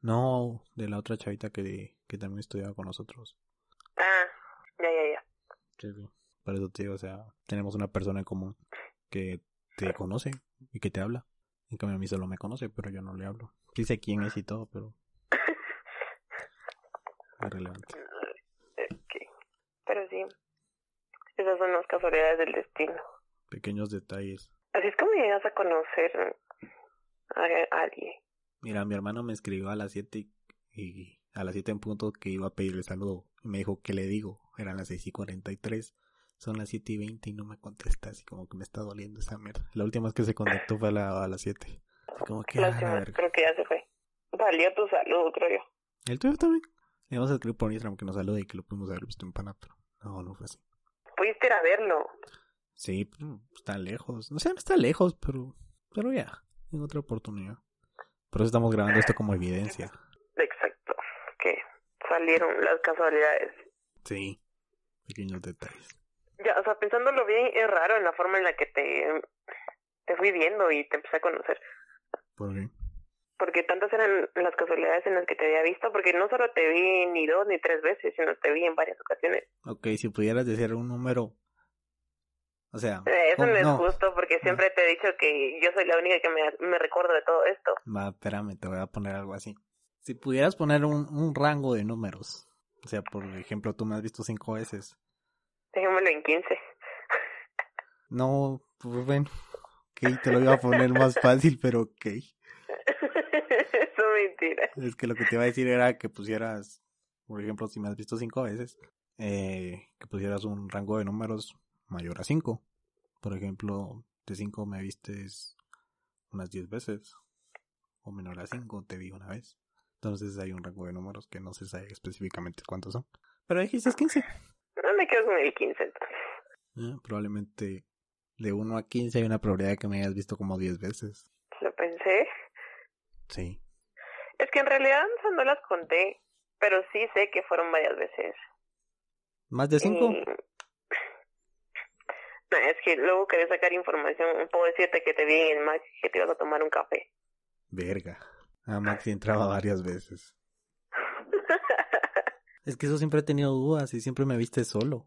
Speaker 3: No, de la otra chavita que, que también estudiaba con nosotros.
Speaker 5: Ah, ya, ya, ya.
Speaker 3: Sí, sí. Por eso te digo, o sea, tenemos una persona en común que te conoce y que te habla. En cambio a mí solo me conoce, pero yo no le hablo. Sí sé quién es y todo, pero... Irrelevante.
Speaker 5: Ok. Pero sí, esas son las casualidades del destino.
Speaker 3: pequeños detalles.
Speaker 5: Así es como llegas a conocer a a alguien.
Speaker 3: Mira, mi hermano me escribió a las 7 y, y a las 7 en punto que iba a pedir el saludo. Y me dijo, ¿qué le digo? Eran las 6 y 43. Son las 7 y 20 y no me contesta. Así como que me está doliendo esa mierda. La última vez que se conectó fue a, la- a las 7. Así como que, ah, la
Speaker 5: Lástima,
Speaker 3: verga.
Speaker 5: creo que ya se fue. Valió tu saludo, creo yo.
Speaker 3: El tuyo también. Le vamos a escribir por Instagram que nos salude y que lo pudimos haber visto en Panamá. pero No, no fue así.
Speaker 5: Pudiste ir a verlo.
Speaker 3: Sí, pero está lejos. No sé, no está lejos, pero, pero ya. En otra oportunidad. Por eso estamos grabando esto como evidencia.
Speaker 5: Exacto. Que salieron las casualidades.
Speaker 3: Sí. Pequeños detalles.
Speaker 5: Ya, o sea, pensándolo bien, es raro en la forma en la que te, te fui viendo y te empecé a conocer.
Speaker 3: ¿Por qué?
Speaker 5: Porque tantas eran las casualidades en las que te había visto, porque no solo te vi ni dos ni tres veces, sino te vi en varias ocasiones.
Speaker 3: Ok, si pudieras decir un número. O sea,
Speaker 5: Eh, Eso
Speaker 3: ¿cómo?
Speaker 5: no es
Speaker 3: Oh, no.
Speaker 5: justo, porque siempre te he dicho que yo soy la única que me, me recuerdo de todo esto.
Speaker 3: Va, espérame, te voy a poner algo así. Si pudieras poner un, un rango de números. O sea, por ejemplo, tú me has visto cinco veces.
Speaker 5: Dejémoslo en 15.
Speaker 3: No, Rubén. Ok, te lo iba a poner más fácil, pero ok.
Speaker 5: Eso es mentira.
Speaker 3: Es que lo que te iba a decir era que pusieras, por ejemplo, si me has visto cinco veces, eh, que pusieras un rango de números mayor a 5. Por ejemplo, de 5 me vistes unas 10 veces, o menor a 5 te vi una vez. Entonces hay un rango de números que no se sabe específicamente cuántos son. Pero dijiste 15.
Speaker 5: No me quedo con el 15 entonces.
Speaker 3: Eh, probablemente de 1 a 15 hay una probabilidad de que me hayas visto como 10 veces.
Speaker 5: Lo pensé.
Speaker 3: Sí.
Speaker 5: Es que en realidad o sea, no las conté, pero sí sé que fueron varias veces.
Speaker 3: ¿Más de 5?
Speaker 5: Y- Mm. No, es que luego querés sacar información. Puedo decirte que te vi en el match que te ibas a tomar un café.
Speaker 3: Verga. A Maxi entraba varias veces. Es que eso siempre he tenido dudas y siempre me viste solo.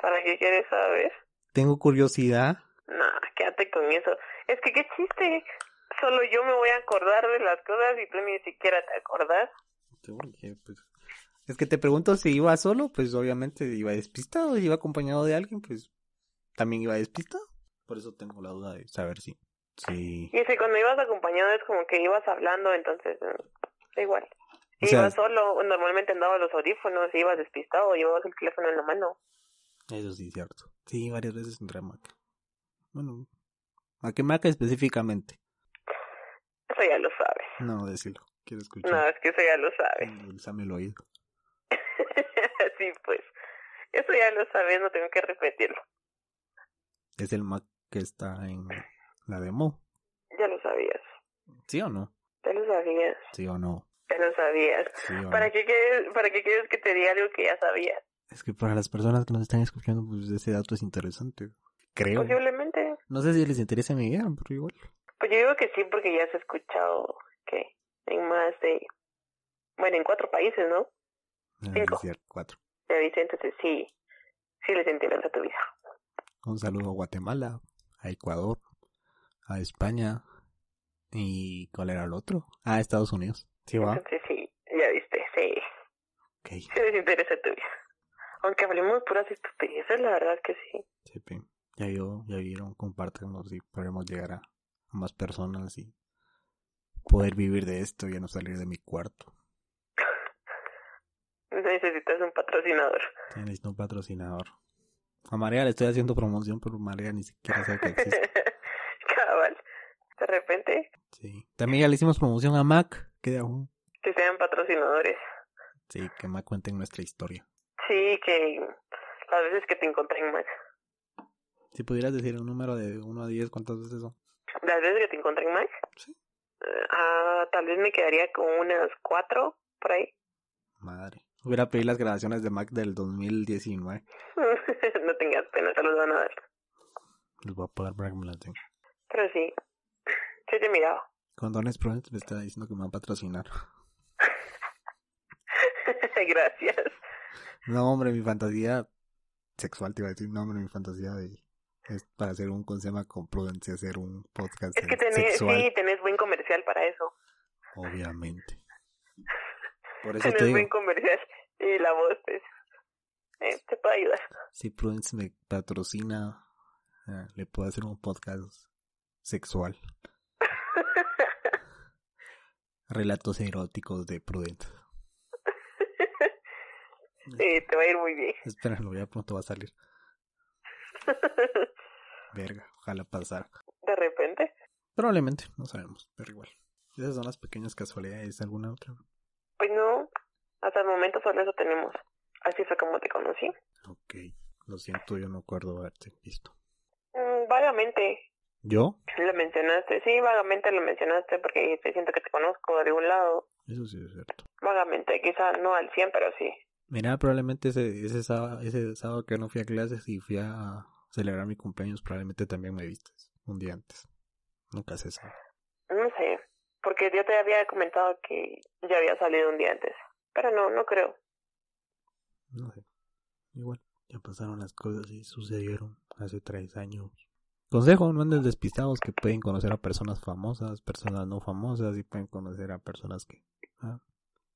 Speaker 5: ¿Para qué quieres saber?
Speaker 3: Tengo curiosidad.
Speaker 5: No, quédate con eso. Es que qué chiste. Solo yo me voy a acordar de las cosas y tú ni siquiera te acordás.
Speaker 3: Sí, porque, pues, es que te pregunto si iba solo, pues obviamente iba despistado, si iba acompañado de alguien, pues también iba despistado. Por eso tengo la duda de saber si. Sí.
Speaker 5: Y es que cuando ibas acompañado es como que ibas hablando, entonces mm, da igual.
Speaker 3: O
Speaker 5: Si
Speaker 3: sea-
Speaker 5: ibas solo, normalmente andaba los audífonos, si ibas despistado, llevabas el teléfono en la mano.
Speaker 3: Eso sí, cierto. Sí, varias veces entré a Maca. Bueno, a qué Maca específicamente.
Speaker 5: Eso ya lo sabes.
Speaker 3: No, decirlo. Quiero escuchar.
Speaker 5: No, es que eso ya lo sabes.
Speaker 3: Endulzame el oído.
Speaker 5: sí, pues. Eso ya lo sabes, no tengo que repetirlo.
Speaker 3: Es el Mac que está en la demo.
Speaker 5: Ya lo sabías.
Speaker 3: ¿Sí o no?
Speaker 5: Ya lo sabías.
Speaker 3: ¿Sí o no?
Speaker 5: Ya lo sabías.
Speaker 3: ¿Sí o
Speaker 5: ¿Para
Speaker 3: no?
Speaker 5: qué quieres, para qué quieres que te diga algo que ya sabías?
Speaker 3: Es que para las personas que nos están escuchando, pues ese dato es interesante. Creo.
Speaker 5: Pues Posiblemente.
Speaker 3: No sé si les interesa mi idea, pero igual.
Speaker 5: Pues yo digo que sí, porque ya has escuchado que en más de. Bueno, en cuatro países, ¿no?
Speaker 3: Ah,
Speaker 5: Cinco.
Speaker 3: es cierto, cuatro.
Speaker 5: Ya viste, entonces sí. Sí les entiendes a tu vida.
Speaker 3: Un saludo a Guatemala, a Ecuador, a España y ¿cuál era el otro? A Estados Unidos. Sí, va.
Speaker 5: Entonces sí, ya viste, sí.
Speaker 3: Ah. Ok,
Speaker 5: Sí les interesa tu vida. Aunque hablemos puras estupideces, la verdad es que sí.
Speaker 3: sí, pe. ya vio, ya vieron, compártanos y podremos llegar a, a más personas y poder vivir de esto y ya no salir de mi cuarto.
Speaker 5: Necesitas un patrocinador.
Speaker 3: Sí, necesito un patrocinador. A Marea le estoy haciendo promoción, pero Marea ni siquiera sabe que existe.
Speaker 5: Cabal. De repente,
Speaker 3: Sí. También ya le hicimos promoción a Mac, que aún.
Speaker 5: que sean patrocinadores.
Speaker 3: Sí, que Mac cuente nuestra historia.
Speaker 5: Sí, que las veces que te encontré más.
Speaker 3: Si pudieras decir un número de 1 a 10, ¿cuántas veces son?
Speaker 5: ¿Las veces que te encontré en Mac?
Speaker 3: Sí.
Speaker 5: Eh, ah, tal vez me quedaría con unas cuatro por ahí.
Speaker 3: Madre. Hubiera pedido las grabaciones de Mac del 2019.
Speaker 5: no tengas pena, te los van a dar.
Speaker 3: Les voy a pagar para que me las den.
Speaker 5: Pero sí, sí te miraba.
Speaker 3: Condones Pronet me está diciendo que me va a patrocinar.
Speaker 5: Gracias.
Speaker 3: No, hombre, mi fantasía sexual te iba a decir. No, hombre, mi fantasía de... es para hacer un consema con prudencia, hacer un podcast
Speaker 5: Es
Speaker 3: se-
Speaker 5: que tenés,
Speaker 3: sexual.
Speaker 5: sí, tenés buen comercial para eso.
Speaker 3: Obviamente. Por eso
Speaker 5: Tenés
Speaker 3: te digo,
Speaker 5: buen comercial. Y la voz, pues, eh, te puede ayudar.
Speaker 3: si Prudence me patrocina, eh, le puedo hacer un podcast sexual. Relatos eróticos de Prudence.
Speaker 5: Eh, te va a ir muy bien.
Speaker 3: Espera, lo ya pronto va a salir. Verga, ojalá pasara.
Speaker 5: De repente.
Speaker 3: Probablemente, no sabemos, pero igual. Esas son las pequeñas casualidades. ¿Alguna otra?
Speaker 5: Pues no, hasta el momento solo eso tenemos. Así fue como te conocí.
Speaker 3: Ok, lo siento, yo no acuerdo haberte visto.
Speaker 5: Mm, Vagamente
Speaker 3: ¿Yo?
Speaker 5: lo mencionaste, sí, vagamente lo mencionaste porque dijiste, siento que te conozco de un lado.
Speaker 3: Eso sí es cierto.
Speaker 5: Vagamente, quizá no al 100, pero sí.
Speaker 3: Mira, probablemente ese, ese, sábado, ese sábado que no fui a clases y fui a celebrar mi cumpleaños, probablemente también me viste un día antes. Nunca se sabe.
Speaker 5: No sé, porque yo te había comentado que ya había salido un día antes. Pero no, no creo.
Speaker 3: No sé. Igual, ya pasaron las cosas y sucedieron hace tres años. Consejo, no anden despistados que pueden conocer a personas famosas, personas no famosas y pueden conocer a personas que ah,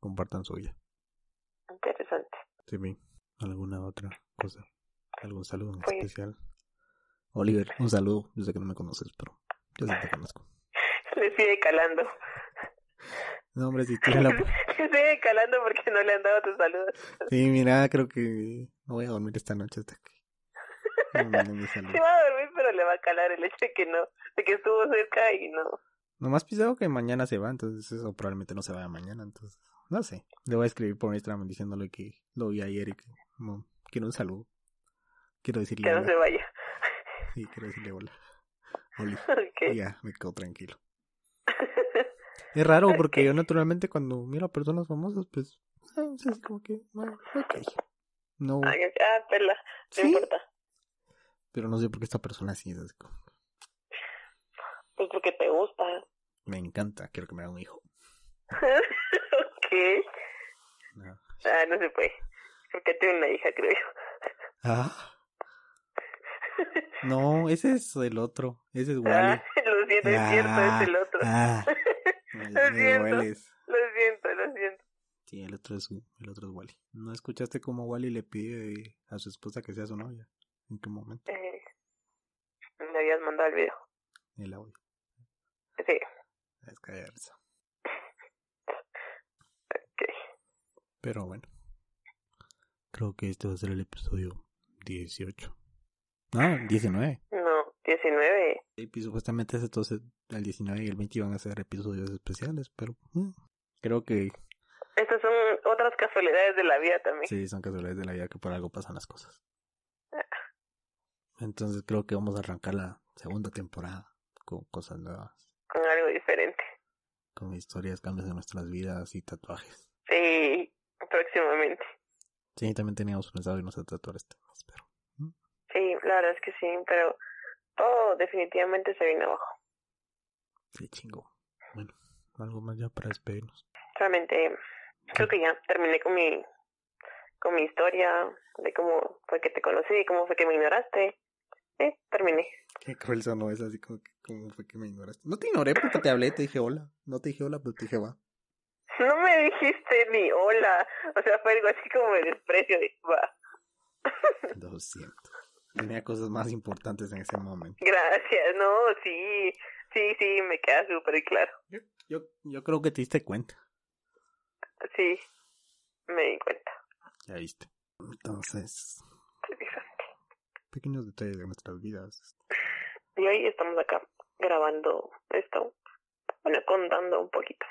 Speaker 3: compartan su vida.
Speaker 5: Interesante.
Speaker 3: Sí, bien. ¿Alguna otra cosa? ¿Algún saludo en
Speaker 5: Pues-
Speaker 3: especial? Oliver, un saludo. Yo sé que no me conoces, pero yo sí te conozco.
Speaker 5: Le sigue calando.
Speaker 3: No, hombre, si tiene la,
Speaker 5: que sigue calando porque no le han dado tus saludos.
Speaker 3: Sí, mira, creo que no voy a dormir esta noche hasta que me manden mis
Speaker 5: Se
Speaker 3: saludos.
Speaker 5: va a dormir, pero le va a calar el hecho de que no, de que estuvo cerca y no.
Speaker 3: Nomás pisado que mañana se va, entonces eso probablemente no se vaya mañana, entonces no sé. Le voy a escribir por Instagram diciéndole que lo vi ayer y que no, quiero un saludo. Quiero decirle
Speaker 5: Que no se
Speaker 3: hola.
Speaker 5: vaya.
Speaker 3: Sí, quiero decirle hola. Oli. Y
Speaker 5: Ok.
Speaker 3: ya, me quedo tranquilo. Es raro porque yo naturalmente cuando miro a personas famosas, pues, ah, es así como que, bueno, ok. No,
Speaker 5: Ah, ya- ah, perla, no
Speaker 3: sí,
Speaker 5: importa.
Speaker 3: pero no sé por qué esta persona así es así como,
Speaker 5: Pues porque te gusta.
Speaker 3: me encanta, quiero que me haga un hijo.
Speaker 5: ok.
Speaker 3: No.
Speaker 5: Ah, no se puede. Porque tiene una hija, creo yo.
Speaker 3: Ah. No, ese es el otro, ese es Wally.
Speaker 5: Ah, lo siento, es cierto, es el otro.
Speaker 3: Ah, me- me
Speaker 5: cierto.
Speaker 3: dueles.
Speaker 5: Lo siento, lo siento.
Speaker 3: Sí, el otro es el otro es Wally. ¿No escuchaste cómo Wally le pide a su esposa que sea su novia? ¿En qué momento?
Speaker 5: Eh, me habías mandado el video.
Speaker 3: El audio.
Speaker 5: Sí,
Speaker 3: Es caerse.
Speaker 5: ok.
Speaker 3: Pero bueno,
Speaker 4: Creo que este va a ser el episodio 18.
Speaker 3: ah, 19.
Speaker 5: No, 19.
Speaker 3: Y pues, supuestamente ese entonces el 19 y el 20 van a ser episodios especiales, pero mm, creo que
Speaker 5: Estas son otras casualidades de la vida también.
Speaker 3: sí, son casualidades de la vida que por algo pasan las cosas. Entonces creo que vamos a arrancar la segunda temporada con cosas nuevas,
Speaker 5: Con algo diferente.
Speaker 3: con historias, cambios de nuestras vidas y tatuajes.
Speaker 5: Sí, próximamente.
Speaker 3: Sí, también teníamos pensado irnos a tatuar este mes, pero
Speaker 5: Sí, la verdad es que sí, pero todo definitivamente se vino abajo.
Speaker 3: se chingó. Bueno, algo más ya para despedirnos.
Speaker 5: Realmente creo que ya terminé con mi con mi historia de cómo fue que te conocí, cómo fue que me ignoraste. Sí, terminé.
Speaker 3: Qué cruel sonó es así como que, ¿cómo fue que me ignoraste? No te ignoré porque te hablé, te dije hola. No te dije hola, pero te dije va.
Speaker 5: No me dijiste ni hola, o sea, fue algo así como de desprecio de, "Va,
Speaker 3: Lo siento. Tenía cosas más importantes en ese momento.
Speaker 5: gracias, no, sí, sí, sí, me queda súper claro.
Speaker 3: Yo, yo, yo creo que te diste cuenta.
Speaker 5: Sí, me di cuenta.
Speaker 3: Ya viste. Entonces,
Speaker 5: Qué diferente.
Speaker 3: pequeños detalles de nuestras vidas.
Speaker 5: Y hoy estamos acá grabando esto, bueno, contando un poquito.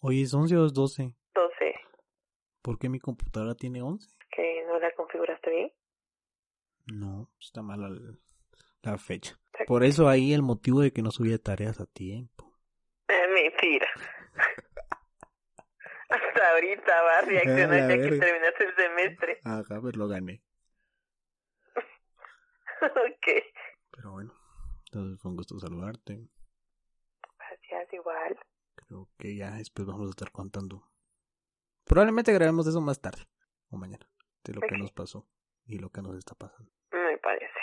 Speaker 3: Oye, ¿es 11 o es 12?
Speaker 5: Entonces,
Speaker 3: ¿Por qué mi computadora tiene 11?
Speaker 5: que no la configuraste bien.
Speaker 3: No, está mala la, la fecha. Por eso ahí el motivo de que no subía tareas a tiempo.
Speaker 5: Eh, mentira. Hasta ahorita va a reaccionar
Speaker 3: A la
Speaker 5: ya que
Speaker 3: verga.
Speaker 5: terminaste el semestre.
Speaker 3: Ajá, pero Ah, lo gané.
Speaker 5: ok.
Speaker 3: Pero bueno, entonces fue un gusto saludarte.
Speaker 5: Gracias, igual.
Speaker 3: Creo que ya después vamos a estar contando. Probablemente grabemos eso más tarde o mañana, de lo que
Speaker 5: Ok.
Speaker 3: nos pasó y lo que nos está pasando.
Speaker 5: Me parece.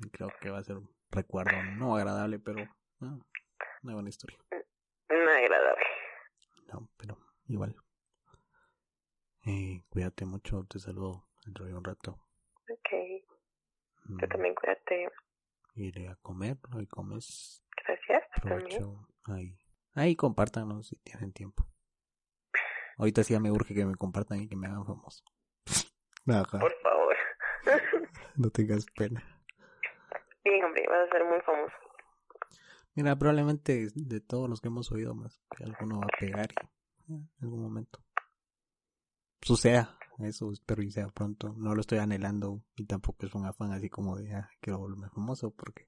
Speaker 3: Y creo que va a ser un recuerdo no agradable, pero ah, una buena historia.
Speaker 5: No agradable.
Speaker 3: No, pero igual. Eh, cuídate mucho, te saludo dentro de un rato.
Speaker 5: Ok.
Speaker 3: Mm,
Speaker 5: Tú también cuídate.
Speaker 3: Iré a comer, hoy comes,
Speaker 5: Gracias. tú también.
Speaker 3: provecho. Ahí, ahí compártanos si tienen tiempo. Ahorita sí ya me urge que me compartan y que me hagan famoso. Ajá.
Speaker 5: Por favor.
Speaker 3: No tengas pena.
Speaker 5: bien, hombre, vas a ser muy famoso.
Speaker 3: Mira, probablemente de todos los que hemos oído más, que alguno va a pegar y, eh, en algún momento. Suceda, eso espero y sea pronto. No lo estoy anhelando y tampoco es un afán así como de, ah, quiero volverme famoso porque...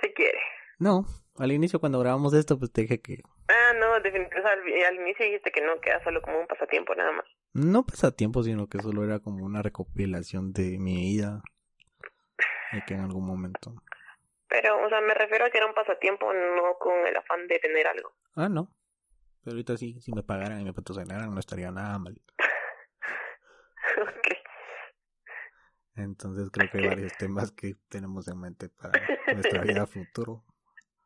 Speaker 5: Si quieres.
Speaker 3: No, al inicio cuando grabamos esto pues te dije que
Speaker 5: Ah, no, definitivamente al, al inicio dijiste que no, queda solo como un pasatiempo nada más.
Speaker 3: no pasatiempo, sino que solo era como una recopilación de mi vida. Y que en algún momento...
Speaker 5: Pero, o sea, me refiero a que era un pasatiempo, no con el afán de tener algo.
Speaker 3: Ah, no. Pero ahorita sí, si me pagaran y me patrocinaran no estaría nada mal.
Speaker 5: ok.
Speaker 3: Entonces creo que hay varios temas que tenemos en mente para nuestra vida futuro.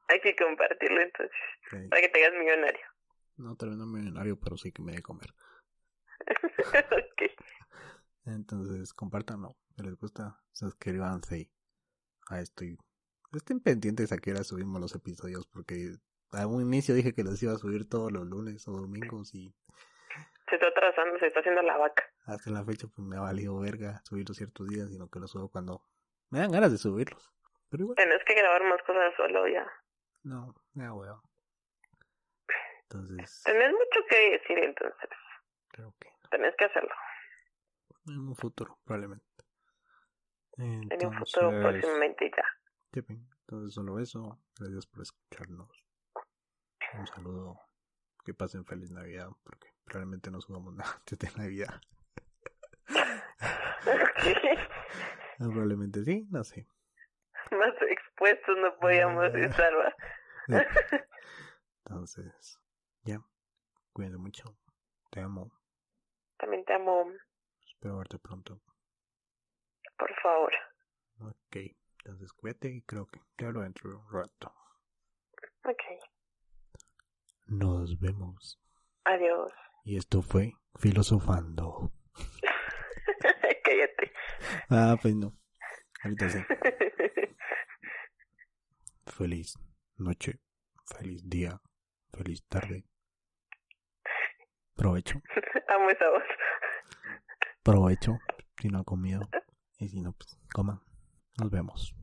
Speaker 5: Hay que compartirlo entonces,
Speaker 3: Que
Speaker 5: para que te hagas millonario.
Speaker 3: No termino millonario, pero sí que me de comer.
Speaker 5: ok.
Speaker 3: Entonces compártanlo, si les gusta, suscríbanse a esto y estén pendientes a que hora subimos los episodios porque a un inicio dije que los iba a subir todos los lunes o domingos y
Speaker 5: se está atrasando, se está haciendo la vaca.
Speaker 3: Hasta en la fecha pues me ha valido verga subirlos ciertos días, sino que los subo cuando me dan ganas de subirlos. Pero igual,
Speaker 5: Tenés que grabar más cosas solo ya.
Speaker 3: no, ya weón. Entonces,
Speaker 5: Tenés mucho que decir entonces.
Speaker 3: creo que
Speaker 5: Tenés que hacerlo.
Speaker 3: en un futuro, probablemente.
Speaker 5: En un futuro
Speaker 3: Entonces,
Speaker 5: próximamente ya.
Speaker 3: sí, pues, entonces solo eso. Gracias por escucharnos. Un saludo. Que pasen feliz Navidad, porque probablemente no subamos nada antes de Navidad. Ah, Probablemente sí, no sé.
Speaker 5: más expuestos no podíamos
Speaker 3: Ah.
Speaker 5: estar. ¿va?
Speaker 3: Entonces, ya. Cuídense mucho. Te amo.
Speaker 5: También te amo,
Speaker 3: Espero verte pronto.
Speaker 5: por favor.
Speaker 3: Ok. Entonces, cuídate y creo que te hablo dentro de un rato.
Speaker 5: Ok,
Speaker 3: Nos vemos.
Speaker 5: adiós.
Speaker 3: Y esto fue Filosofando.
Speaker 5: Cállate.
Speaker 3: Ah, pues no. Ahorita sí. Feliz noche. Feliz día. Feliz tarde. Provecho.
Speaker 5: Amo esa voz.
Speaker 3: Provecho. Si no ha comido. Y si no, pues coman. Nos vemos.